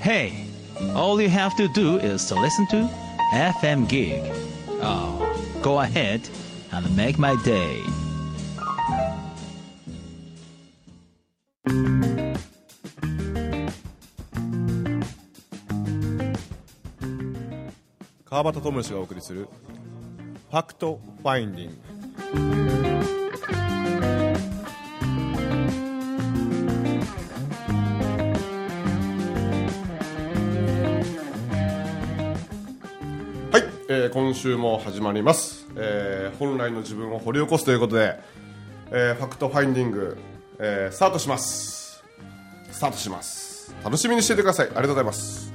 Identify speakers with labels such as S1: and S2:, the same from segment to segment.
S1: Hey, all you have to do is to listen to FM Gig. Oh, go ahead and make my day.
S2: 川端智史がお送りするファクトファインディングはい、えー今週も始まります、えー本来の自分を掘り起こすということで、えーファクトファインディング、えースタートしますスタートします楽しみにしててくださいありがとうございます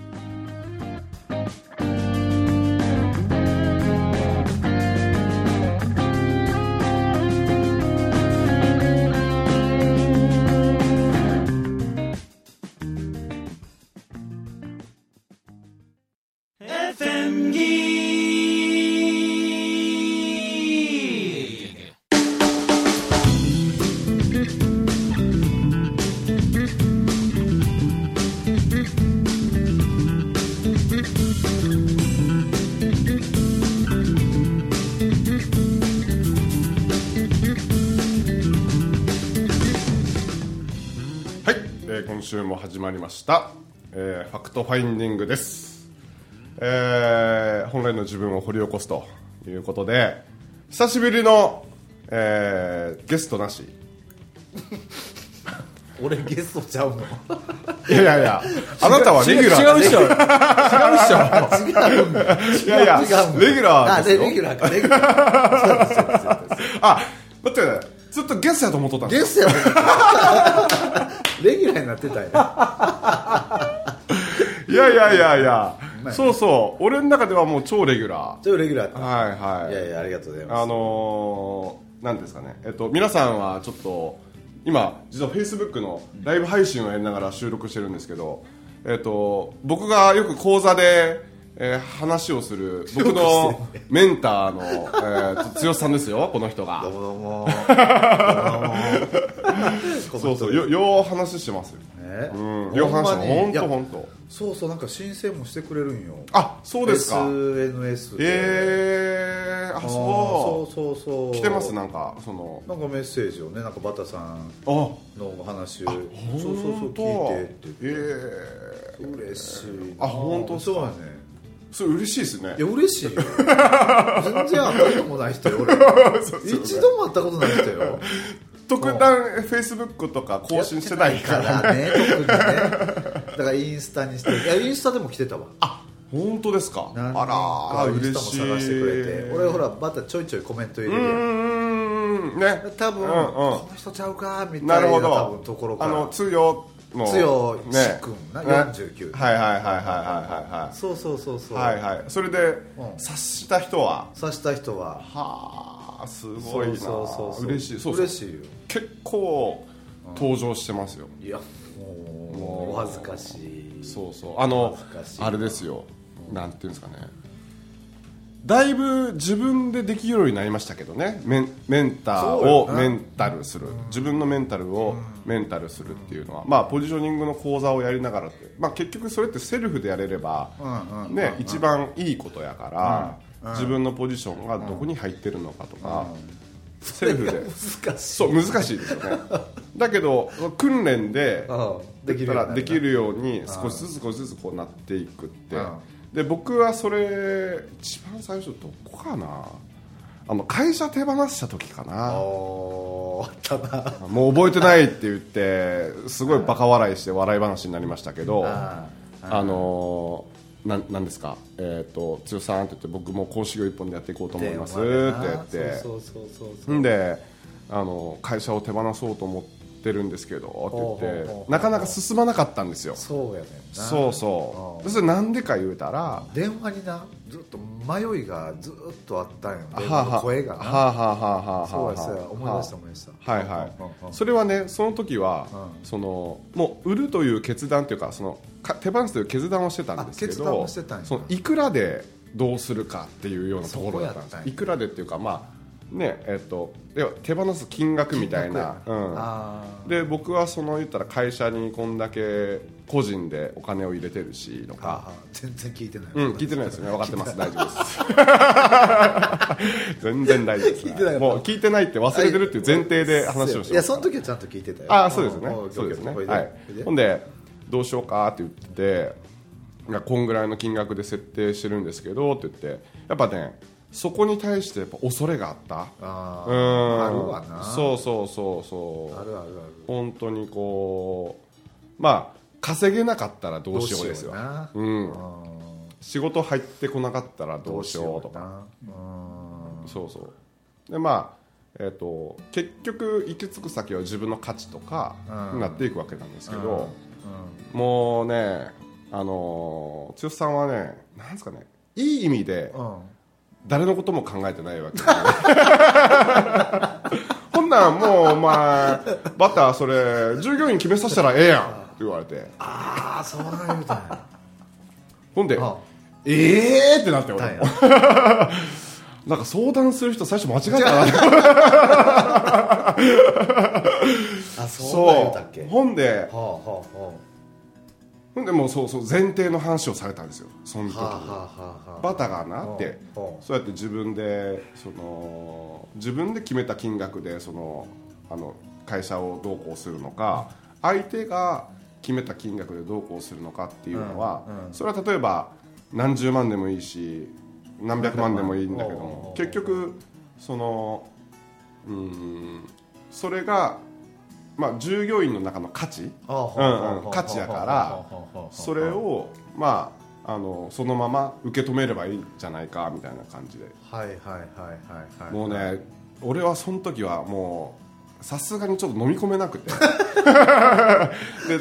S2: はい、えー今週も始まりました、えーファクトファインディングです、えー本来の自分を掘り起こすということで久しぶりの、えーゲストなし
S3: 俺ゲストちゃうもん
S2: いやいやい やあなたはレギュラー
S3: 違う違うっしょ違うっしょ違うんだ
S2: いやいやレギュラー
S3: あ
S2: です
S3: で
S2: よ
S3: レギュラーかレギュラ
S2: あ待ってずっとゲストやと思っとったん
S3: ー
S2: です
S3: ゲストやもんレギュラーになってたよ
S2: いやいやいやいやそうそう俺の中ではもう超レギュラ
S3: ちょっとレギュラー
S2: ーはいはい
S3: いやいやありがとうございます
S2: あのー、なんですかね、えっと、皆さんはちょっと今、実はフェイスブックのライブ配信をやりながら収録してるんですけど、えっと、僕がよく講座で、えー話をする僕のメンターの、えー、剛さんですよ、この人
S3: どう
S2: が。
S3: もどうも
S2: そうそう、よよう話してますよ。
S3: ね
S2: うん、よう話して
S3: ほんま
S2: 本
S3: にいや
S2: 当本当。
S3: そうそうなんか申請もしてくれるんよ
S2: あ、そうですか。
S3: SNS で
S2: えー、あ、
S3: あー
S2: そ
S3: そうそうそう
S2: う。来てますなんかその。
S3: なんかメッセージをねなんかバタさん
S2: あ、
S3: のお話をそうそうそう聞いてって
S2: え
S3: 言って
S2: ー。
S3: 嬉しいな
S2: あ本当
S3: そうやね
S2: それ嬉しいですね
S3: いや嬉 しいよ全然会ったこともない人よ俺一度も会ったことない人よ
S2: 特段フェイスブックとか更新してないから
S3: らね特にねだからインスタにしていやインスタでも来てたわ
S2: 本当ですか
S3: 何人
S2: あ
S3: か
S2: ら
S3: イン
S2: 嬉
S3: スタ
S2: しい
S3: も探してくれて俺ほ
S2: ら
S3: らまたちょいちょいコメント入れ
S2: う
S3: るやん
S2: ーんね
S3: 多分、
S2: う
S3: この人ちゃうかみたい
S2: んうん、
S3: な
S2: なるほ
S3: 多
S2: ど
S3: 分ところか
S2: あの
S3: ら
S2: つよの
S3: 強いしくんな
S2: ね
S3: 49
S2: はいはいはいはいは
S3: そうそうそうそう、
S2: いはいはいはいはいそれで
S3: うん
S2: 察した人は
S3: 刺した人は
S2: はあす
S3: そ
S2: ごいな
S3: うそうそうそう
S2: 嬉しいそうそう
S3: 嬉しいよ
S2: 結構登場してますよ
S3: いやもうお恥ずかしい
S2: そうそうあの
S3: 恥ずかしい
S2: あれですよなんていうんですかねだいぶ自分でできるようになりましたけどねメンメンターを
S3: そうよ
S2: メ
S3: ね
S2: ンタルする自分のメンタルをメンタルするっていうのは、まあ、ポジショニングの講座をやりながらって、まあ、結局それってセルフでやれれば、
S3: うんうん
S2: ね、一番いいことやから、自分のポジションがどこに入ってるのかとか、セルフで
S3: 難しい
S2: そう難しいですよねだけど訓練で
S3: うん
S2: で
S3: で
S2: き
S3: き
S2: た
S3: るようになる
S2: ら
S3: な
S2: できるように少しずつ少しずつこうなっていくって
S3: うん
S2: で僕はそれ一番最初どこかなあの会社手放した時かな
S3: おーあったな
S2: もう覚えてないって言ってすごいバカ笑いして笑い話になりましたけどあのななんですか、えー、と剛さんって言って僕も講師業一本でやっていこうと思いますって言って
S3: そうそうそうそうそうん
S2: であの会社を手放そうと思ってるんですけどって言
S3: ほうほう
S2: っ
S3: ほうほ
S2: て
S3: う
S2: なかなか進まなかったんですよ
S3: そうやねんな
S2: そうそううそれなんでか言うたらは
S3: 電話になずっと迷いがずっとあったんよ
S2: あ
S3: 電
S2: はあ
S3: 話の声が
S2: は
S3: な
S2: あはあはあはあ
S3: そうやそうや
S2: はあ
S3: 思い出した思い出した
S2: はいは
S3: うんうんうんう
S2: い
S3: ん
S2: それはねその時は
S3: うん
S2: そのもう売るという決断というかそのか手放すという決断をしてたんですけど
S3: あ決断をしてたんや
S2: そのいくらでどうするかっていうようなところだったんで
S3: そこやったん
S2: す
S3: や
S2: いくらでっていうかまあねえっと要は手放す金額みたいな
S3: 金額や
S2: うん
S3: あー
S2: で僕はその言ったら会社にこんだけ個人でお金を入れてるしと
S3: あ
S2: か
S3: あ全然聞いてない、
S2: うん聞いてないですよね分かってます大丈夫です全然大丈夫です
S3: 聞いてない
S2: もう聞いてないって忘れてるっていう前提で話をしてます
S3: いやその時はちゃんと聞いてたよ
S2: あそうですよ
S3: ん
S2: ね
S3: んオッケー
S2: そうですね
S3: オッケー
S2: はい
S3: ほいで
S2: ほんでどうしようかって言っていやこんぐらいの金額で設定してるんですけどって言ってやっぱねそこに対してやっぱ恐れがあった
S3: あ
S2: う
S3: ー
S2: ん
S3: あるわな
S2: そうそうそうそう
S3: あるあるある
S2: 本当にこうまあ稼げなかったらどうしようですよ
S3: どうしような
S2: うん、仕事入ってこなかったらどうしようとか
S3: か
S2: そうそうでまあえー、と結局行き着く先は自分の価値とか
S3: うん
S2: になっていくわけなんですけど、もうね、あのー剛さんはねなんですかねいい意味で
S3: うんうん
S2: 誰のことも考えてないわ けですよほんなんもうお前バターそれ従業員決めさせたらええやんって言われて
S3: ああそうなん言うたんや
S2: ほんで
S3: あ
S2: ええーってなって
S3: 言うたん
S2: 俺
S3: や
S2: もなんか相談する人最初間違えたな
S3: あそうなん言うたっ
S2: そ
S3: け
S2: う
S3: は
S2: ほんで
S3: あはあはあは
S2: ほんでもうそうそう前提の話をされたんですよその時
S3: あはあはあは
S2: バタがなって
S3: うん
S2: そうやって自分でその自分で決めた金額でそのあの会社をどうこうするのか相手が決めた金額でどうこうするのかっていうのは
S3: うんうん
S2: それは例えば何十万でもいいし何百万でもいいんだけども
S3: うん
S2: 結局そのうーんそれがまあ従業員の中の価値
S3: あはあはあはあ
S2: うんうん価値やから
S3: はあはあはあ
S2: それをまああのそのまま受け止めればいいんじゃないかみたいな感じで
S3: はいはいはいはいはい
S2: もうね俺はその時はもうさすがにちょっと飲み込めなく てで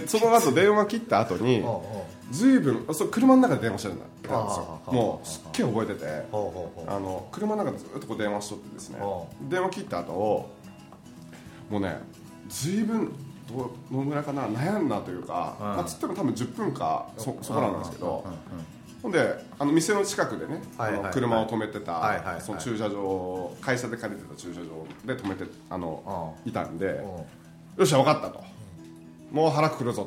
S2: その後電話切った後に
S3: うんうん
S2: 随分そう車の中で電話してるんだったんですよ
S3: あー
S2: もうすっげえ覚えてて
S3: ほうほうほう
S2: あの車の中でずっとこう電話しとってですね
S3: あ
S2: 電話切った後もうね随分どうどのぐらいかな悩んだというか、
S3: うん
S2: まあ、つっても多分10分かそそこらなんですけど、
S3: うんうんうん
S2: ほんであの店の近くでね、
S3: はいはい
S2: あの車を止めてた、
S3: はいはいはい
S2: その駐車場会社で借りてた駐車場で止めてあのいたんで、よっしゃ分かったと、もう腹くくるぞ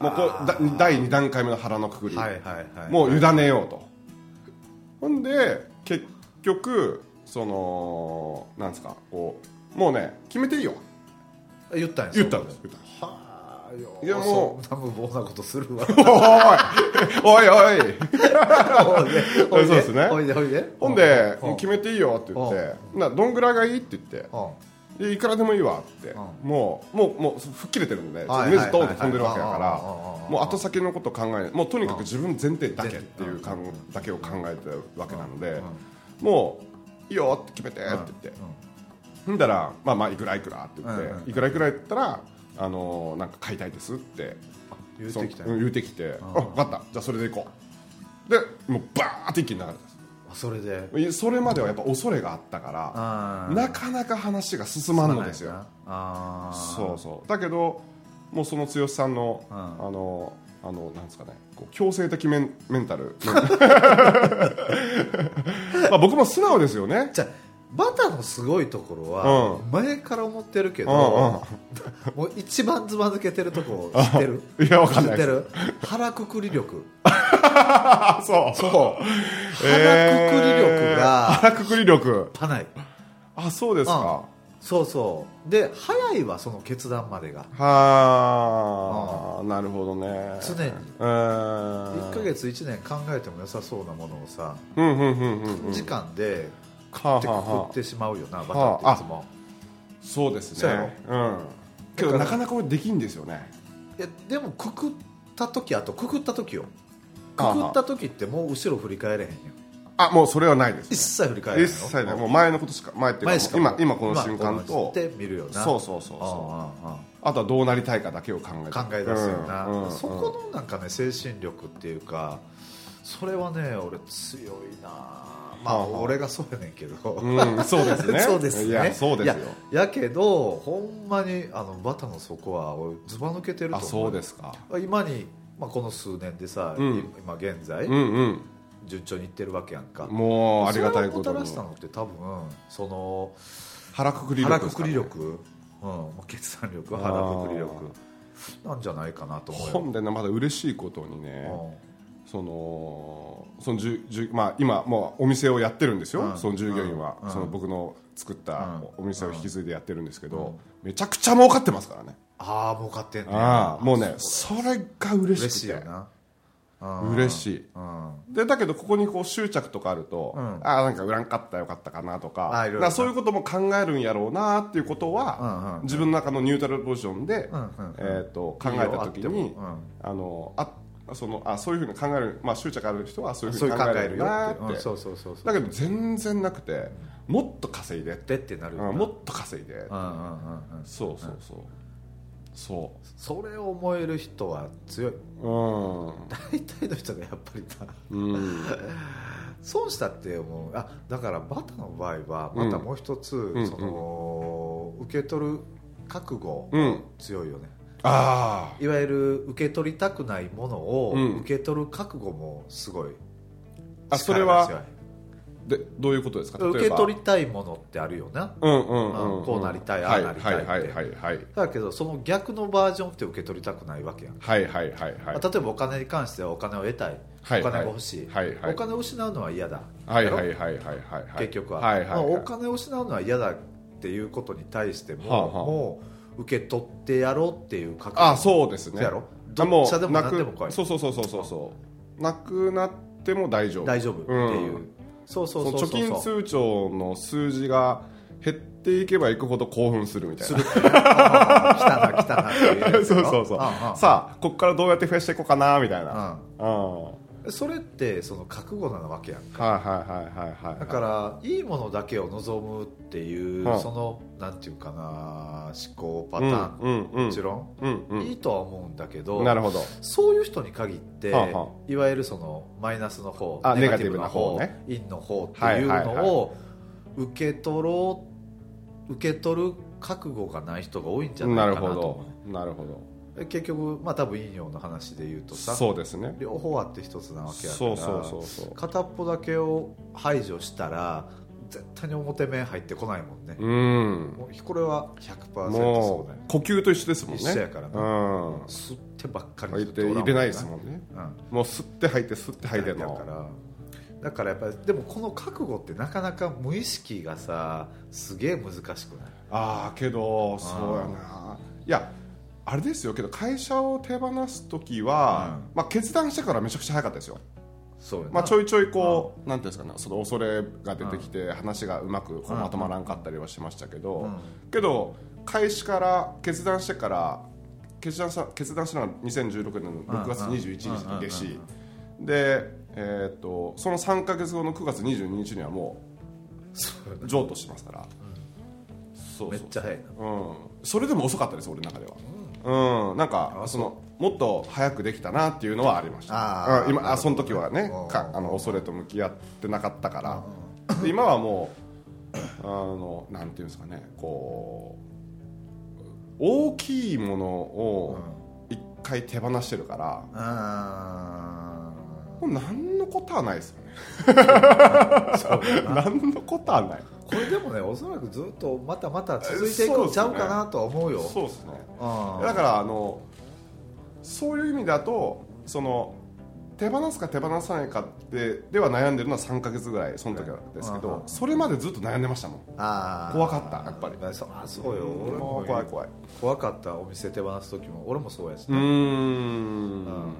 S2: ともうこうだ第2段階目の腹のくくり、
S3: はいはいはい
S2: もう委ねようとほんで結局そのなんですかこうもうね決めていいよ
S3: 言ったんや
S2: 言ったんです言ったんです
S3: はあよ
S2: いやもう
S3: そんな無謀なことするわ
S2: おいおい おい
S3: おいでおい
S2: そうですね
S3: おいでおいで
S2: ほんで
S3: うん
S2: もう決めていいよって言ってなどんぐらいがいいって言って
S3: うん
S2: でいくらでもいいわって、
S3: う
S2: もうもうもう吹っ切れてるんで、
S3: はい
S2: 目ずとんと飛んでるわけだ
S3: はいはいはいはいあああああ
S2: か
S3: あ
S2: らもう後先のこと考えもうとにかく自分前提だけっていうか
S3: うん
S2: んだけを考えてるわけなので、
S3: うん
S2: もういいよって決めてって言って、ほんだら、まあ、まあいくらいくらって言って、
S3: うんうんうん
S2: いくらいくら言ったら、あのーなんか買いたいですって
S3: 言う
S2: そ
S3: て
S2: の
S3: きた
S2: うん
S3: よ
S2: 言うてきてあ分かったじゃあそれでいこうでもうバーって一気に流れたんです
S3: あそれで
S2: それまではやっぱ恐れがあったか
S3: あ
S2: らなかなか話が進まんのですよ
S3: あ
S2: そうそうだけどもうその剛さんの、
S3: うん
S2: あのあのなんですかねこう強制的メンメンタ ルまあ僕も素直ですよね
S3: じゃあバタのすごいところは、
S2: う
S3: 前から思ってるけ
S2: う
S3: ど、
S2: ん
S3: もう一番つまずけてるとこ知ってる
S2: うんいやわかんない
S3: 知
S2: です
S3: ってる腹くくり力
S2: あそうそう
S3: 腹くくり力が
S2: 腹くくり力
S3: パない
S2: あそうですか
S3: そうそうで早いわその決断までが
S2: はあなるほどね
S3: 常に
S2: うーん
S3: 1ヶ月1年考えても良さそうなものをさ
S2: うんうんうんうんうん
S3: 時間で
S2: はあ
S3: って
S2: はあは
S3: 食
S2: あ
S3: ってしまうよなバタっていつも
S2: そうです
S3: そうや
S2: ねうんけどなかなか俺できんですよね
S3: いやでもくくった時あとくくった時よく
S2: はあ
S3: く
S2: はあ
S3: った時ってもう後ろ振り返れへんよ
S2: あもうそれはないですね
S3: 一切振り返れへん
S2: 一
S3: よ
S2: 切ないもう前のことしか前っていうか
S3: 前しか
S2: 今今この瞬間
S3: 今ことの知って見るよな
S2: そうそうそうそう
S3: ああああ
S2: あとはどうなりたいかだけを考えて
S3: 考え出すよな、
S2: うんうん
S3: そこのなんかね精神力っていうかそれはね俺強いなま
S2: はあ
S3: あ
S2: はあ
S3: 俺がそうやねんけど、
S2: うんうんそうですね
S3: そうですね
S2: いやそうですよ
S3: いややけどほんまにあのバタの底は俺ずば抜けてると
S2: あ
S3: 思う
S2: そうですか
S3: 今に、まあ、この数年でさ、
S2: うん
S3: 今現在、
S2: うんうん
S3: 順調にいってるわけやんか
S2: もうありがたいこ
S3: そ
S2: と
S3: れをもたら
S2: に
S3: したのって多分その
S2: 腹くくり力
S3: 腹
S2: で
S3: く
S2: すか
S3: く
S2: ね
S3: り力、うん、まあ決断力腹くくり力
S2: あー
S3: なんじゃないかなと思うよ
S2: 本でねまだ嬉しいことにねそのそのじゅじゅ、まあ、今もうお店をやってるんですよ、
S3: ん
S2: その従業員は、その僕の作ったお店を引き継いでやってるんですけど、めちゃくちゃ儲かってますからね、
S3: ああ儲かってんね
S2: ああもうねそれが嬉しくて
S3: 嬉しいよな
S2: 嬉しい
S3: うん
S2: でだけどここにこう執着とかあると、ああなんか売らんかったよかったかなとか
S3: あーいろい
S2: だ
S3: ろ
S2: からそういうことも考えるんやろうなっていうことは、
S3: うんうん
S2: 自分の中のニュートラルポジションで、
S3: んうん
S2: えー、と考えた時
S3: いい
S2: に
S3: よあっ
S2: あのあそのあそういうふうに考える、まあ、執着ある人はそういうふ
S3: そううい
S2: に
S3: う
S2: 考
S3: 考
S2: え
S3: え
S2: る
S3: る
S2: よ
S3: よ
S2: なっ
S3: ってて、うんそうそうそうそう
S2: だけど全然なくてもっと稼いで
S3: でってなるよな
S2: うんもっと稼いで、
S3: うんうんうんうん
S2: そうそうそうそ
S3: それを思える人は強いう
S2: う、
S3: 大体の人がやっぱりなん
S2: うん、
S3: 損したって思うあだからバタの場合はまたもう一つ、
S2: ん
S3: その受け取る覚悟
S2: うん
S3: 強いよね、
S2: ああ
S3: いわゆる受け取りたくないものを
S2: うん
S3: 受け取る覚悟もすごい
S2: あそれ
S3: 力
S2: は
S3: が
S2: でどういうことですか
S3: 強い
S2: 例え
S3: 受け
S2: ば
S3: 取りたいものってあるよな
S2: うんうんうん
S3: あこうなりたいあ
S2: は
S3: あなりたいって
S2: はいはいはいはい
S3: だけどその逆のバージョンって受け取りたくないわけやん、
S2: はいはいはいはい
S3: まあ例えばお金に関してはお金を得たい、
S2: はい
S3: お金が欲しい、
S2: はいはい
S3: お金を失うのは嫌だ、
S2: はい
S3: やろ
S2: はいはいはいはいはい
S3: 結局は,、
S2: はいはいはい
S3: まあ、お金を失うのは嫌だっていうことに対しても、
S2: はあはあ
S3: もう受け取ってやろうっていう覚悟
S2: あそうです
S3: そう
S2: ね
S3: やろ
S2: あも
S3: どっちでも
S2: な
S3: 何
S2: く
S3: でも来い
S2: そうそうそうそうそうそうなくなっても大丈夫
S3: 大丈夫っていう、
S2: うん
S3: そうそう
S2: そ
S3: そう
S2: の
S3: そう
S2: 貯金
S3: そ
S2: 通
S3: う
S2: 帳の数字が減っていけばいくほど興奮するみたい
S3: す
S2: な
S3: るっていうああ来たな来たなっていうやつ
S2: そう
S3: やろ
S2: そうそう
S3: ああ
S2: さあここからどうやって増やしていこうかなみたいな
S3: あ
S2: うんは
S3: うんそれってその覚悟なわけやん
S2: いはいはいはいはい
S3: だからいいものだけを望むっていう、
S2: うん
S3: そのなんていうかな思考パターン、
S2: うんうんうん
S3: もちろん、
S2: うんうん
S3: いいとは思うんだけど
S2: なるほど
S3: そういう人に限って、
S2: はあはい
S3: わゆるそのマイナスの方
S2: あ
S3: ネガティブな
S2: ネ
S3: 方
S2: ガティブな
S3: 陰の方っていうのを受け取ろう受け取る覚悟がない人が多いんじゃない
S2: なる
S3: かなと
S2: ほ
S3: 思
S2: どなるほど
S3: うね結局、まあ、多分陰陽の話で言うとさ
S2: そうですね
S3: 両方あって一つなわけやか
S2: そ
S3: ら
S2: うそうそうそう
S3: 片っぽだけを排除したら絶対に表面入ってこないもんね、
S2: うん
S3: もうこれは100%そ
S2: も
S3: うだよ
S2: う呼吸と一緒ですもんね
S3: 一緒やからね
S2: うん
S3: 吸ってばっかり
S2: 入っ
S3: ずっ
S2: て
S3: とおらん
S2: 入
S3: ん
S2: れないですもんね
S3: うん
S2: もう吸って吐いて吸って吐いてん
S3: だ
S2: の
S3: からだからやっぱりでもこの覚悟ってなかなか無意識がさすげえ難しくない
S2: ああけどそうやないやあれですよけど会社を手放す時は、まあ、決断してからめちゃくちゃ早かったですよ、
S3: そうよな
S2: まあ、ちょいちょいこう、なんていうんですかねその恐れが出てきて話がうまくこうまとまらんかったりはしましたけど、けど開始から決断してから決断した決断したのは2016年の6月21日ですしで、えー、とその3か月後の9月22日にはも
S3: そうよ
S2: う譲渡してますから、そう
S3: めっ
S2: そう
S3: ちゃ早いな
S2: うん、それでも遅かったです俺の中では、うんなんかそのもっと早くできたなっていうのはありまし
S3: あ
S2: た
S3: ー
S2: うん今
S3: な
S2: あ
S3: るほどね
S2: その時はね
S3: うん
S2: かあの恐れと向き合ってなかったからで今はもうあのなんていうんですかねこう大きいものを一回手放してるから、
S3: あ
S2: もう何のことはないですよね 何のことはない
S3: ーこれでもねおそらくずっとまたまた続いていくんちゃうかなとは思うよ
S2: そうですね
S3: うん
S2: だからあのそういう意味だとその手放すか手放さないかってでは悩んでるのは3か月ぐらいその時はですけ
S3: うん
S2: ど
S3: うん
S2: それまでずっと悩んでましたもん
S3: あー
S2: 怖かったやっぱり
S3: そうあそうよ俺
S2: も
S3: も
S2: う怖い怖い
S3: 怖かったお店手放す時も俺もそうやし
S2: うー
S3: ね
S2: ん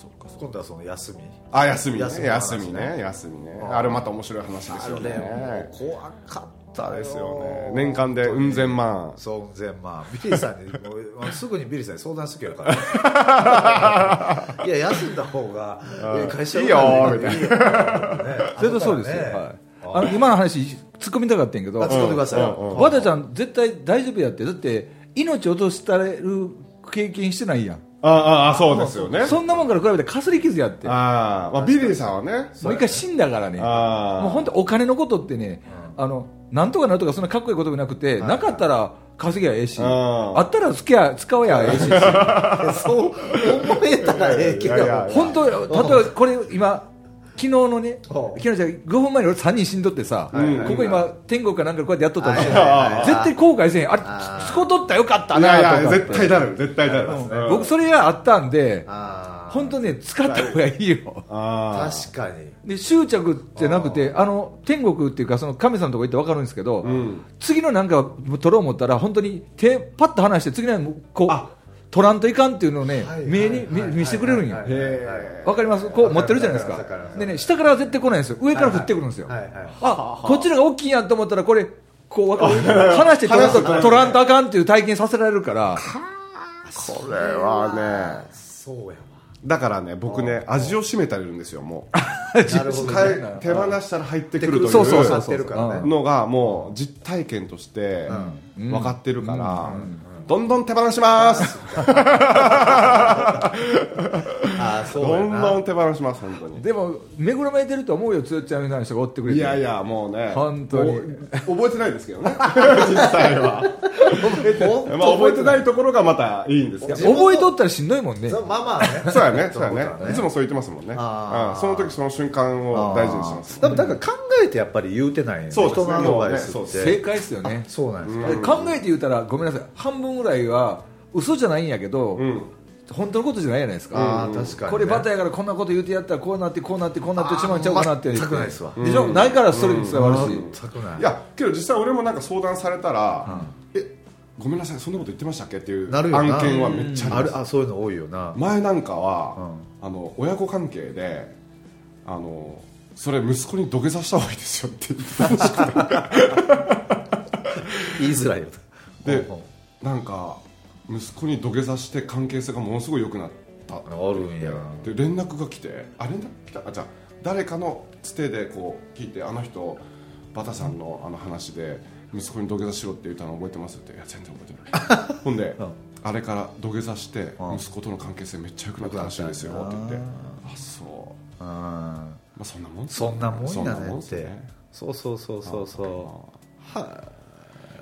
S2: そっかそっか
S3: 今度はその休み
S2: あ休みね
S3: 休みの話
S2: 休みね
S3: ね
S2: 休みね
S3: うん
S2: あれまた面白い話ですよ
S3: あれも
S2: ね
S3: う怖かった
S2: そう
S3: よ
S2: ですよね年間でうん千万
S3: そう全まあビリーさんにもうもうすぐにビリーさんに相談しとけよからいや休んだ方がいや会社
S2: いいよー
S3: いいよね
S4: 絶対そうですよ、はい、あの今の話突っ込みたかったんやけど
S3: あ突っ込んでください
S2: うん
S4: 和田ちゃん絶対大丈夫やってだって命落としたれる経験してないやん
S2: あああそうですよね
S4: そんなもんから比べてかすり傷やっても
S2: ああまあビリーさんはね
S4: う一回死んだからね
S2: ああ
S4: もう本当お金のことってね、あのなんとかなるとかそんなかっこいいこともなくて、なかったら稼ぎゃええし、
S2: うん
S4: あったらつけや使わやええし、
S3: そう思えたらええけど
S2: いやいや
S4: 本当、例えばこれ今昨日のね、
S3: ほ
S4: 昨
S3: う
S4: 日じゃ5分前に俺3人死んどってさ、
S2: い
S4: ここ今、天国かなんかでこうやってやっとったんです
S3: は
S4: よ
S3: いはいはい
S4: 絶対後悔せん、あれ
S3: あ、ー
S4: スコ取ったらよかった
S2: い
S4: なと
S2: やいや
S4: かって
S2: 絶対なる絶対なる、
S4: うん僕、それがあったんで、
S3: あー
S4: 本当ね、使った方がいいよ。
S2: あ
S3: 確かに
S4: で執着じゃなくて、あの天国っていうか、その神様のとこ行って分かるんですけど、
S2: ん
S4: 次のなんか取ろう思ったら、本当に手、パッと離して、次のこう取らんといかんっていうのをね、
S3: はい
S4: 目に見
S3: はい
S4: 見せてくれるんや
S3: は、いはい
S2: へ
S4: 分かります、こう持ってるじゃないです
S3: わ
S4: か
S3: かるわか、る
S4: でね下からは絶対来ないんですよ、上から降ってくるんですよ、
S3: はいはいはい
S4: あこっちの方が大きいやんと思ったら、これ、こう分かる離して取らんと
S2: 離す
S4: 取らんとあかんっていう体験させられるから、
S2: これはね
S3: そうや
S2: だからね僕ね味を占めたれるんですよもう
S3: わなるほど
S2: かえ
S3: ね
S2: 手放したら入ってくるとい
S4: そうそうそう
S2: う
S4: そう、
S3: やってるからね
S4: うん
S2: のがもう実体験として
S4: うん
S2: 分かってるから、どんどん手放し ます
S3: あーそう
S2: ど
S3: や
S2: ん
S3: な
S2: どん手放します本当に
S4: でも、めぐらまれてると思うよ、つよちゃんみたいな人がおってくれて。
S2: いやいやもうね
S4: 本当に
S2: お覚えてないですけ どね実際は、
S3: ほん
S2: まあ、覚えてないところがまたいいんですけど
S3: 自分の
S4: 覚えとったらしんどいもんね。
S3: そまあまあね
S2: そうやねそう
S3: そういう
S2: や
S3: ことだ
S2: ね
S3: ね
S2: いつもそう言ってますもんね
S3: あー
S2: うんその時その瞬間を大事にします
S3: 多分だから考えてやっぱり言うてないよね
S2: そうですね
S3: 人のアドバイス
S2: もう
S3: っ
S2: ね
S3: て、
S4: 正解ですよね。
S3: そうなんですか、
S4: で考えて言うたら、ごめんなさい、半分ぐらいは嘘じゃないんやけど、
S2: ん
S4: 本当のことじゃないじゃないですか。
S3: あー確かにね
S4: これバタやからこんなこと言うてやったらこうなってこうなってこうなってしまうんちゃうかなって
S3: あー全くないですわ
S4: でしょないからストレス伝わるし
S3: 全くない
S2: いやけど実際俺もなんか相談されたら、えごめんなさいそんなこと言ってましたっけっていう
S3: な
S2: 案
S3: るよな
S2: 件はめっちゃあります
S3: あるあそういうの多いよな
S2: 前なんかは、あの親子関係であのそれ息子に土下座した方がいいですよって言ってたらし く
S3: 言いづらいよ
S2: てで
S3: ほうほ
S2: なんか息子に土下座して関係性がものすごい良くなった
S3: うあるんや
S2: で連絡が来てあ連絡来たあじゃあ誰かのつてでこう聞いてあの人バタさんのあの話で息子に土下座しろって言ったの覚えてますっていや全然覚えてない ほんで、あれから土下座して息子との関係性めっちゃ良くなったらしいですよって言ってあそう
S3: うん
S2: まあ、そんなもん
S3: そんなもんやね
S2: ん
S3: っ
S2: す
S3: てそうそうそうそうそ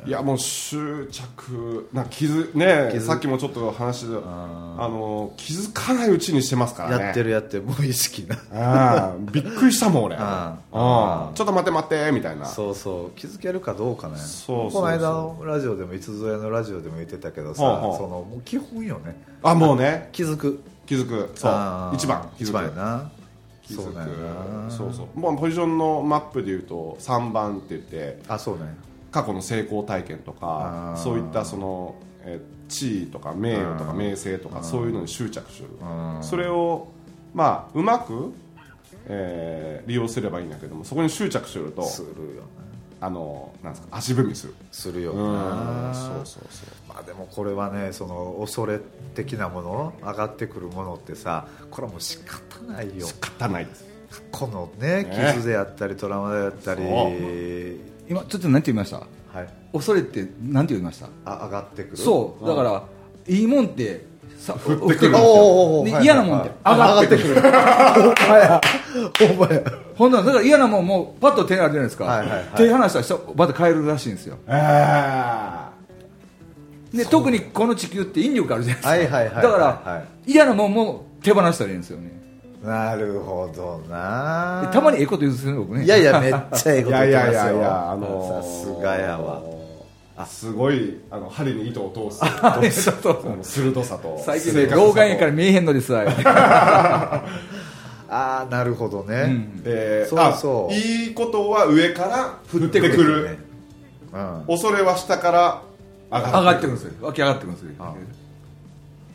S2: いやもう執着な傷ね
S3: 傷
S2: さっきもちょっと話であの気づかないうちにしてますか
S3: う
S2: らね
S3: やってるやってるもう意識な
S2: あーびっくりしたもん俺
S3: あ
S2: あちょっと待って待ってみたいな
S3: そうそう気づけるかどうかね
S2: そうそうそう
S3: この間のラジオでもいつぞやのラジオでも言ってたけどさ
S2: ほうほう
S3: そのもう基本よね
S2: あもうね
S3: 気づく
S2: 気づくそう
S3: あー
S2: 一番気づく
S3: 一番やな
S2: 気
S3: そ
S2: づ
S3: うなんや
S2: く
S3: な
S2: そうそうまあポジションのマップでいうと3番って言って
S3: あそうね
S2: 過去の成功体験とか
S3: あー
S2: そういったその、えー地位とか名誉とか名声とかそういうのに執着するそれを、まあ、うまく、えー利用すればいいんだけどもそこに執着すると
S3: するよね
S2: あのなんですか足踏みする
S3: するよ
S2: う
S3: なん
S2: そうそうそう
S3: まあでもこれはねその恐れ的なもの上がってくるものってさこれはもう仕方ないよ
S2: 仕方ないです
S3: このね
S2: ね
S3: 傷でやったりトラウマでやったり、
S2: そう
S3: は
S4: 今ちょっと何て言いました
S3: い、
S4: 恐れって何て言いました
S3: あ上がってくる
S4: そうだからいいもんってさ起きてくるんです
S3: おーおーお
S4: よ
S3: ー
S4: で
S3: はい
S4: 嫌なもんって上がってくる
S3: 上がってくる お前や
S4: ほんならだから嫌なもんもうパッと手にあるじゃないですか、
S3: はいはいはい
S4: 手離したら下また帰るらしいんですよ
S2: あ
S4: で特にこの地球って引力あるじゃないですか、
S3: はいはいはいはい
S4: だから、
S3: は
S4: 嫌なもんも手放したらいいんですよね
S3: お前なるほどな
S4: でたまにええこと言うんですよね僕ね
S3: いやいやめっちゃええ
S2: い
S3: こと言
S2: や
S3: っ
S2: い
S3: てま
S2: や
S3: すよ
S2: いやいやあのー
S3: さすがやわ
S2: すごいあの針に糸を通す
S4: ちょっと
S2: あの鋭さと
S4: 最近
S2: 正
S4: ね
S2: 確さと
S4: 老眼やから見えへんのですわ
S3: ああなるほどね、
S2: えー
S3: そうそう
S2: あいいことは上から降ってくる
S3: ねうん、
S2: 恐れは下から上
S4: 上
S2: が
S4: が
S2: っ
S4: ってて
S2: くる
S4: くるんですよ湧き上がってくるんですよ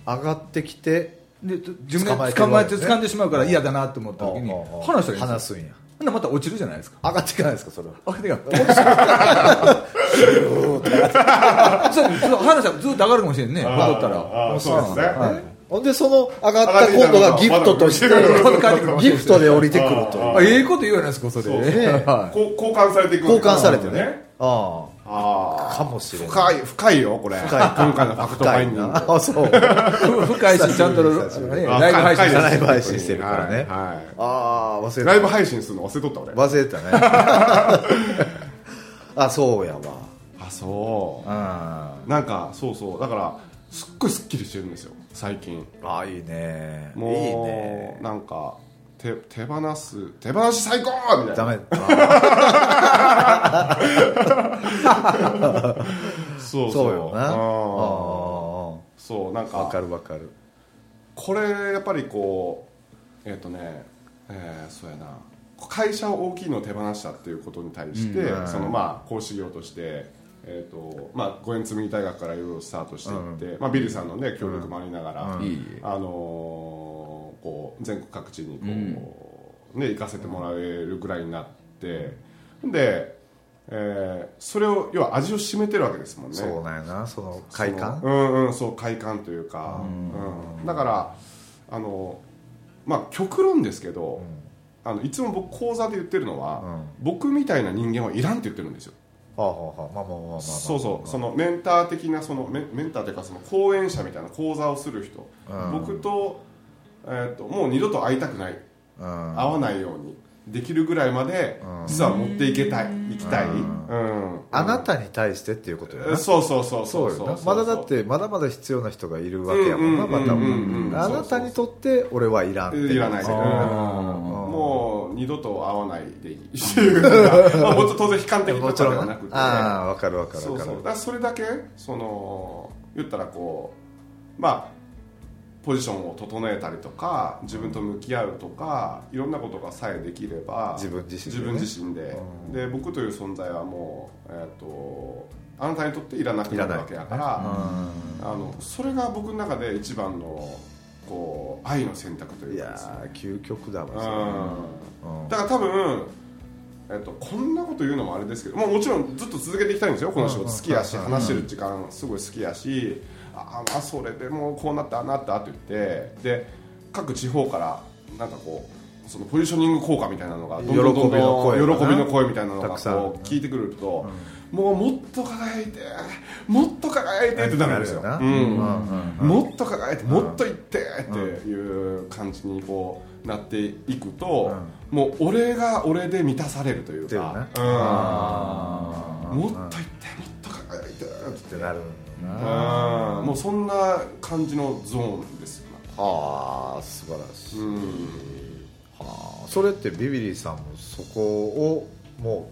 S3: 上がってきて
S4: でちょ自分で
S3: 捕
S4: 捕
S3: ま
S4: ま
S3: え
S4: え
S3: て
S4: て
S3: る
S4: 掴んでしまうから嫌だなと思った時に離したらいいんですよ
S3: 話すんや
S4: ほんならまた落ちるじゃないですか
S3: 上がっていかないですかそれは
S4: あてか落ちるそうそう話はずっと上がるかもしれんね戻った
S2: あ
S4: ら
S2: ーそうですね
S3: ほんでその上がった今度がギフトとして
S2: 上がってきたの
S4: がまだ上がってきた
S3: ギフトで降りてくるという
S4: あええこと言うじゃないですかそれ
S2: そう
S3: ね
S4: は
S2: こう交換されていくわけ
S3: 交換されてねあ
S2: あ
S3: あかもし
S2: あ
S3: れな
S2: 深
S3: い
S2: い深いよこれ今回のファクトファインディング
S3: 深いなあそう
S4: い深いしちゃんと
S3: 久しぶり
S4: ね
S3: 久しぶり
S4: ライブ配信
S2: あ深
S4: して
S2: い
S3: ラ
S2: です
S3: イブ配信してるからね
S2: はいはい
S3: ああ忘れた
S2: ライブ配信するの忘れとった俺
S3: 忘れたね あそうや
S2: あそう
S3: わうん
S2: なんかそうそうだからすっごいすっきりしてるんですよ最近
S3: あいいねいい
S2: もう
S3: ね
S2: なんか手手放す手放し最高みたいな
S3: ダメ
S2: そうそう
S3: そうよな
S2: あ
S3: あ
S2: ー
S3: あ
S2: そうなん
S3: わか
S2: か
S3: るわかる
S2: これやっぱりこうえっ、とねえーそうやな会社を大きいのを手放したっていうことに対して、
S3: うん
S2: そのまあ講師業としてえーとまあ、ご縁積み大学からいろいろスタートしていって、まあ、ビルさんの、ね、協力もありながら、
S3: うん
S4: いい
S2: あのーこう全国各地にこう、ね、行かせてもらえるぐらいになってで、えーそれを要は味を占めてるわけですもんね
S3: そうなんやなその快感
S2: そのうんうんそう快感というか、うんだからあのまあ極論ですけど、あのいつも僕講座で言ってるのは、
S3: うん
S2: 僕みたいな人間はいらんって言ってるんですよ
S3: はあはあはあまあまあまあまあまあ
S2: そうそうそのメンター的なそのメメンターというかその講演者みたいな講座をする人、
S3: うん
S2: 僕と,、えー、ともう二度と会いたくない、
S3: うん
S2: 会わないようにできるぐらいまで
S3: うん
S2: 実は持っていけたい、行きたい、う
S3: うんんあなたに対してっていうことや
S2: え
S3: な
S2: そうそうそう
S3: そうよなまだだってまだまだ必要な人がいるわけやもんな
S2: うんうん
S3: ま
S2: うんうん
S3: たもあなたにとって俺はいらんって
S2: いらないで、うん
S4: あ
S2: もう二度と会わないでいい っていうか、まあ、もちろん当然悲観的と
S3: も
S2: か
S3: ち
S2: で
S3: ろん
S2: は
S3: な
S2: なくて、
S3: ああわかるわかる
S2: そう
S3: わか
S2: そう
S3: る
S2: だからそれだけその言ったらこうまあポジションを整えたりとか自分と向き合うとかいろんなことがさえできれば
S3: 自分自身
S2: 自
S3: でね
S2: 分自身で,、で僕という存在はもう、えー、とあなたにとっていらなくなるわけだから、あのそれが僕の中で一番のこう愛の選択と
S3: い
S2: いうかですね
S3: やー究極だわ
S2: うんだから多分、えっと、こんなこと言うのもあれですけど、まあ、もちろんずっと続けていきたいんですよこの仕事好きやし
S3: うん
S2: 話してる時間すごい好きやしああまあそれでもうこうなったああなったって言ってで各地方からなんかこうそのポジショニング効果みたいなのがどんどんどんどん
S3: 喜びの声がな
S2: 喜びの声みたいなのが
S3: たくさん
S2: こう聞いてくると、もうもっと輝いてもっと輝いてってなるんですよ。
S3: なる
S2: う
S3: よなんうん
S2: もっと輝いてもっといってっていう感じにこうなっていくと、もう俺が俺で満たされるというか、
S3: って
S2: うん、もっといってもっと輝いて
S3: ってなるんだな
S2: うんもうそんな感じのゾーンですよ、
S3: はあ素晴らしい、
S2: うん、
S3: はあそれってビビリーさんもそこをも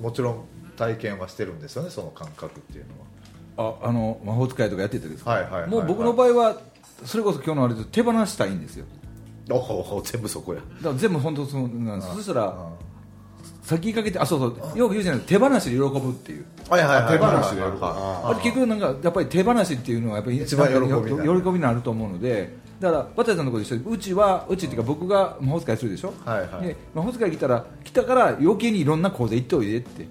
S3: うもちろん体験はしてるんですよねその感覚っていうの
S4: ああの魔法使いとかやってたんですか、
S3: ははいはいはいはい
S4: もう僕の場合はそれこそ今日のあれで手放したいんですよ
S3: おお全部そこや
S4: だから全部本当そうなんですそしたら
S3: あ
S4: 先かけてあそうそうよく言うじゃないですか手放しで喜ぶっていう
S3: はいはいはい
S2: 手放しでやる
S3: はいはい
S2: か
S4: あれ結局なんかやっぱり手放しっていうのはやっぱり
S3: 一番喜びになる
S4: 喜びになると思うのでだから渡さんのこと一緒でうちはうちっていうか僕が魔法使いするでしょ、
S3: はいはい
S4: で魔法使い来たら来たから余計にいろんな講座行っておいでって、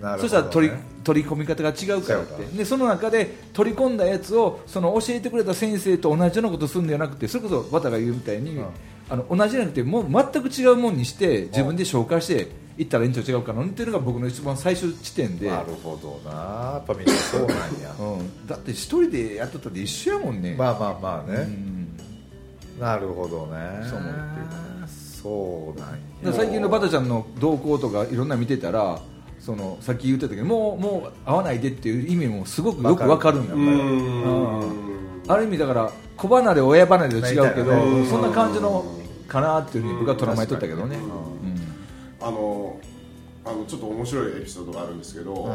S3: なるほどね
S4: そしたら取り取り込み方が違うからっ
S3: そう
S4: て
S3: やわ
S4: でその中で取り込んだやつをその教えてくれた先生と同じようなことをするんではなくてそれこそ渡が言うみたいに、
S3: うん
S4: あの同じじゃなくてもう全く違うもんにして自分で紹介して行ったら園長違うかなっていうのが僕の一番最終地点で。
S3: なるほどなやっぱみんなそうなんや
S4: うん、だって一人でやっとったって一緒やもんね、
S3: まあまあまあ
S4: う
S3: ね、
S4: ん、
S3: なるほどね
S4: そう思うっ
S3: そ
S4: ていうか
S3: うなん
S4: だから
S3: や
S4: 最近のバタちゃんの動向とかいろんな見てたらそのさっき言ってたけどもうもう会わないでっていう意味もすごくよくわかるんだ
S2: う
S4: よ
S2: ん
S4: ある意味だから子離れ親離れと違うけど、
S3: まあうん
S4: そんな感じのかなっていうふうに僕は捉まえとったけどね、うん
S2: あのあのちょっと面白いエピソードがあるんですけど、
S3: うん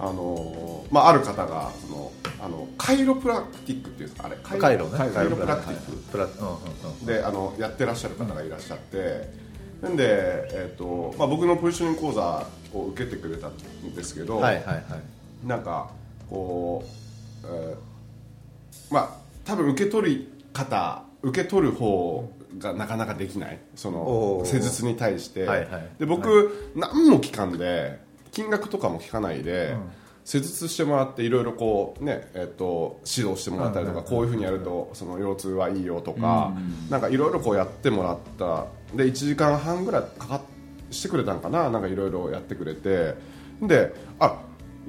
S2: あのまあ、ある方がそのあのカイロプラクティックっていうんですかあれカ
S3: カイロね
S2: カイロプラクテ
S3: カ
S2: ィッ
S3: イ
S2: ク
S3: プラうんうんうん
S2: であのやってらっしゃる方がいらっしゃって、なんで、えっとまあ、僕のポジショニング講座を受けてくれたんですけど、
S3: はいはいはい
S2: なんかこう、えーまあ多分受け取り方受け取る方がなかなかできないその
S3: おー
S2: 施術に対して、
S3: はいはい
S2: で僕、何も聞かんで金額とかも聞かないで、施術してもらっていろいろこうねえっと指導してもらったりとかこういうふうにやるとその腰痛はいいよとかなんかいろいろこうやってもらったで1時間半ぐらいかかっしてくれたんかななんかいろいろやってくれてであ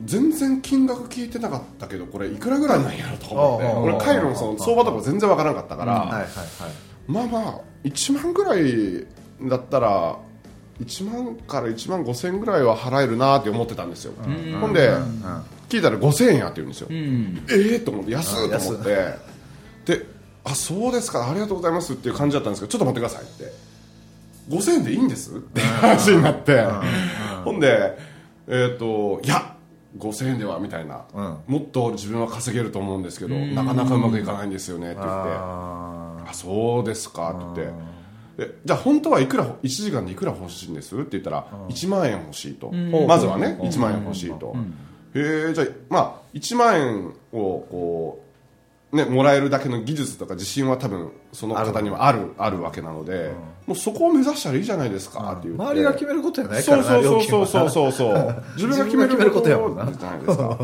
S2: 全然金額聞いてなかったけどこれいくらぐらいなんやろとか思
S3: ああ
S2: って俺カイロのその相場とか全然わからなかったから、
S3: はいはいはい
S2: まあまあ1万ぐらいだったら1万から1万5000ぐらいは払えるなって思ってたんですよ、ほんで、聞いたら5000円やって言うんですよ、ええー、と思って安いと思ってであそうですかありがとうございますっていう感じだったんですけどちょっと待ってくださいって5000円でいいんですって話になってほんでえっといや5000円ではみたいな、もっと自分は稼げると思うんですけどなかなかうまくいかないんですよねって言って
S3: あ
S2: あそうですかって言ってでじゃあ本当はいくら1時間でいくら欲しいんですって言ったら1万円欲しいとまずはね1万円欲しいとへえじゃあまあ1万円をこうねもらえるだけの技術とか自信は多分その方にはあるあるわけなのでもうそこを目指したらいいじゃないですかっていう
S3: 周りが決めることじゃないか
S2: そう
S3: らな
S2: そうそう
S3: 料金
S2: そう
S3: は
S2: そうそうそう自分が決めることじゃないですか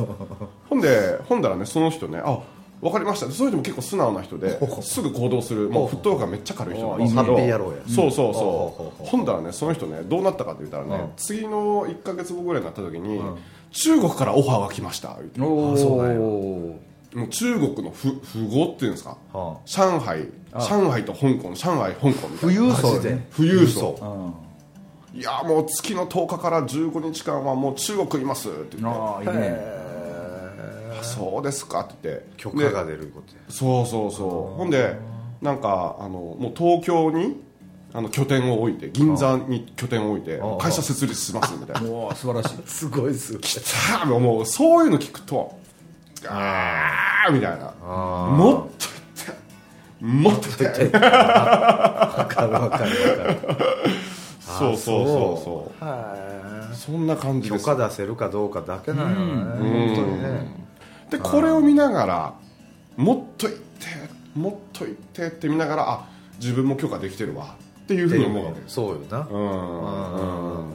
S2: ほんでほんだらねその人ねあわかりましたそれでも結構素直な人ですぐ行動するもう沸騰感めっちゃ軽い人なんですけ
S3: お
S2: ど
S3: うハッピー野郎や
S2: そうそう
S3: うん
S2: そうほんだらねその人ねどうなったかって言ったらね次の1か月後ぐらいになった時に中国からオファーが来ました言うて
S4: おー
S3: そうなんや
S2: もう中国の富富豪っていうんですか
S3: は
S2: 上海上海と香港上海香港みたい
S4: 富
S2: な
S4: 裕
S3: マ
S4: 層
S3: ジで
S2: 富裕層
S4: うん
S2: いやもう月の10日から15日間はもう中国いますって言って
S4: ああいいね
S2: あそうですかって言って
S3: 許可が
S2: で
S3: 出ることや
S2: そうそうそうほんでなんかあのもう東京にあの拠点を置いて銀座に拠点を置いて会社設立しますみたいな
S4: おー素晴らしい
S3: すごいすごい
S2: きたーもうそういうの聞くとああみたいなもっと言ってもっと言って
S3: わかるわかるわかる
S2: そうそうそう
S3: は
S2: うそんな感
S3: い
S2: じ
S3: 許
S2: です
S3: 可出せるかどうかだけなんよね本当にね
S2: でこれを見ながらもっと言ってもっと言ってって見ながらあ自分も許可できてるわっていうふうに思うわけです
S3: そうよな
S2: うんうんうん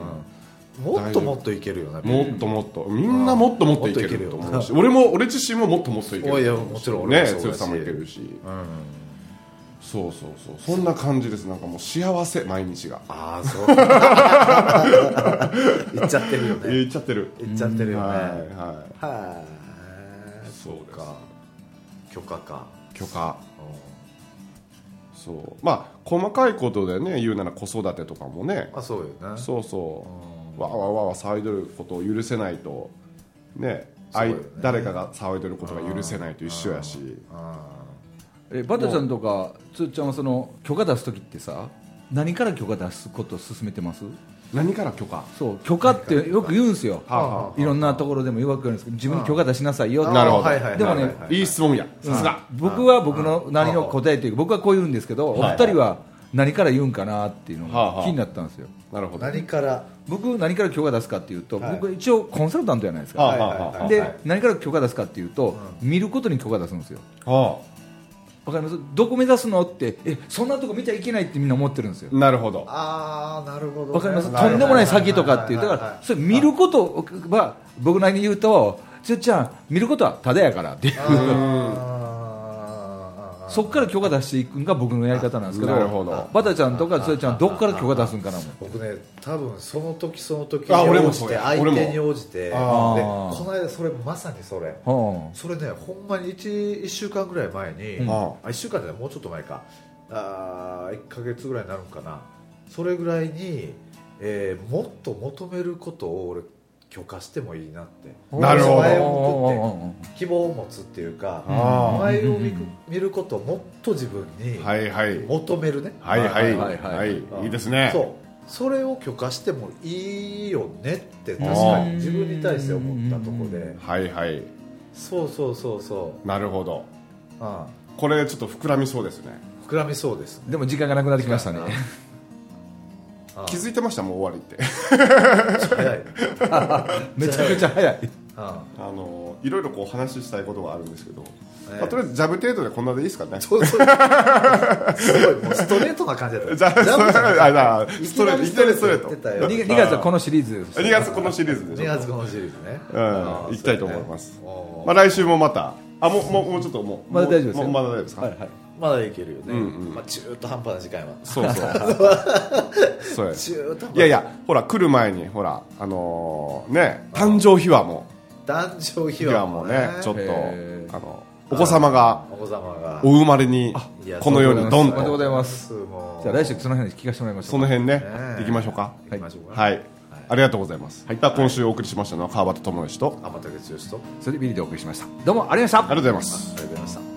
S3: もっともっといけるよな
S2: もっともっとみんなもっともっといけると思うし俺も俺自身ももっともっといける
S3: おいいやもちろん俺
S2: ね
S3: もそう
S2: 強
S3: だし
S2: さもいけるしそうそうそうそんな感じですなんかもう幸せ毎日が
S3: ああそう言っちゃってるよね
S2: 言っちゃってる
S3: 言っちゃってるよね
S2: はい
S3: は
S2: は
S3: あ
S2: いそうか
S3: 許可か
S2: 許可そうまあ細かいことでね言うなら子育てとかもね
S3: あそうよな
S2: そうそうわーわーわーわー騒いでることを許せないとねあい
S3: そうよね
S2: 誰かが騒いでることが許せないと一緒やし
S4: えバタちゃんとかつーちゃんはその許可出す時ってさ何から許可出すことを勧めてます
S2: 何から許可
S4: そう許可ってよく言うんですよ
S2: はあはあはあ
S4: いろんなところでも弱く言うんですけど自分に許可出しなさいよって
S2: なるほど
S3: はいはいはい
S4: でもね
S3: はいはい
S2: いい質問やさすが
S4: 僕は僕の何の答えというか僕はこう言うんですけどお二人は何から言うんかなっていうの
S2: はあは
S4: が
S2: あ
S4: 気になったんですよ
S2: なるほど
S3: 何から
S4: 僕何から許可出すかっていうと
S3: はい
S4: 僕一応コンサルタントじゃないです
S2: は
S4: か
S2: あはあはあ
S4: で何から許可出すかっていうと見ることに許可出すんですよ
S2: は
S4: わかりますどこ目指すのってえそんなとこ見ちゃいけないってみんな思ってるんですよ
S2: あなるほど
S3: ああなるほどね
S4: わかります
S3: は
S4: とんでもない先とかっていう
S3: は
S4: だ
S3: は
S4: か
S3: はは
S4: らそれ見ることは僕なりに言うとつっちゃん見ることはただやからっていう
S3: あー
S4: そこから許可出していくのが僕のやり方なんですけど
S2: なるほど
S4: バタちゃんとかつーちゃんどこから許可出すんかなもん
S3: 僕ね多分その時その時
S2: あ
S3: に
S2: 俺も
S3: 応じ
S2: そう
S3: て
S2: や
S3: 相
S2: 俺も
S3: 手に応じてでこ
S2: あ
S4: ー
S3: の間それまさにそれ
S4: は
S3: それねほんまに 1, 週間ぐらい前に、
S4: うん
S3: あ1週間じゃないもうちょっと前かあ1か月ぐらいになるんかなそれぐらいに、えーもっと求めることを俺許可してもいいなって
S4: あ
S2: なるほど
S3: 前を向くっ
S4: うん
S3: て希望を持つっていうか
S2: あー
S3: 前を見く見ることをもっと自分に
S2: はいはい
S3: 求めるね、
S2: はいはい
S4: はいはい
S2: は
S4: はい
S2: いいいですね
S3: そうそれを許可してもいいよねって確かに自分に対して思ったところで
S2: はいはい
S3: そうそうそうそ
S2: なるほど
S3: う、あ
S2: これちょっと膨らみそうですね
S3: あ膨らみそうです
S4: でも時間がなくなってき ましたね
S3: ああ
S2: 気づいてましたもう終わりって
S3: 早い
S4: めちゃくちゃ早 い
S3: あ
S2: あのいろいろこう話したいことがあるんですけど
S3: ええ
S2: まあとりあえずジャブ程度でこんなでいいですかね
S3: あそうそうすごいもうストレートな感じ だった
S2: じゃあ、
S3: ジャブじゃない
S2: あじゃあストレート、いきなりストレー
S3: 言って
S2: ト。
S3: たよ
S4: 2月はこのシリーズです
S2: 2月このシリーズでし
S3: 2
S2: ょ。
S3: 月このシリーズね
S2: うん、
S3: ああ
S2: 行きたいと思います。
S3: そうだね
S2: まあ、来週もまた。あ、もう、もう、もうちょっともう。
S4: まだ大丈夫ですよ
S2: もうまだ大丈夫ですか。
S4: はいはい
S3: まだいけるよね、
S2: うんうん
S3: まあ、中途半端な時間は
S2: そうそう。そうや。
S3: 中途半端
S2: いやいや、ほら、来る前に、ほら、あのー、ね、誕生秘話も。
S3: 誕生
S2: 秘
S3: 秘
S2: 話
S3: 話
S2: も
S3: も
S2: ね
S3: ね、
S2: ちょっと、あ
S4: へー
S2: の、お子様が。
S3: お子様が
S2: お生まれに、このように、ど
S4: お
S2: ん
S4: めでとうござ
S2: と。
S4: います
S3: もう
S4: じゃあ来週その辺で聞かせてもらいましょ
S2: そうの
S4: か
S2: 辺ね
S3: ね、
S2: 行きましょうか。
S3: 行きましょうか、
S2: はい。ありがとうございます。はい、今週お送りしましたのは川端智之と。
S3: 天竹剛と
S4: それでビリでお送りしましたどうもありがとうございました
S2: ありがとうございます。
S3: ありがとうございました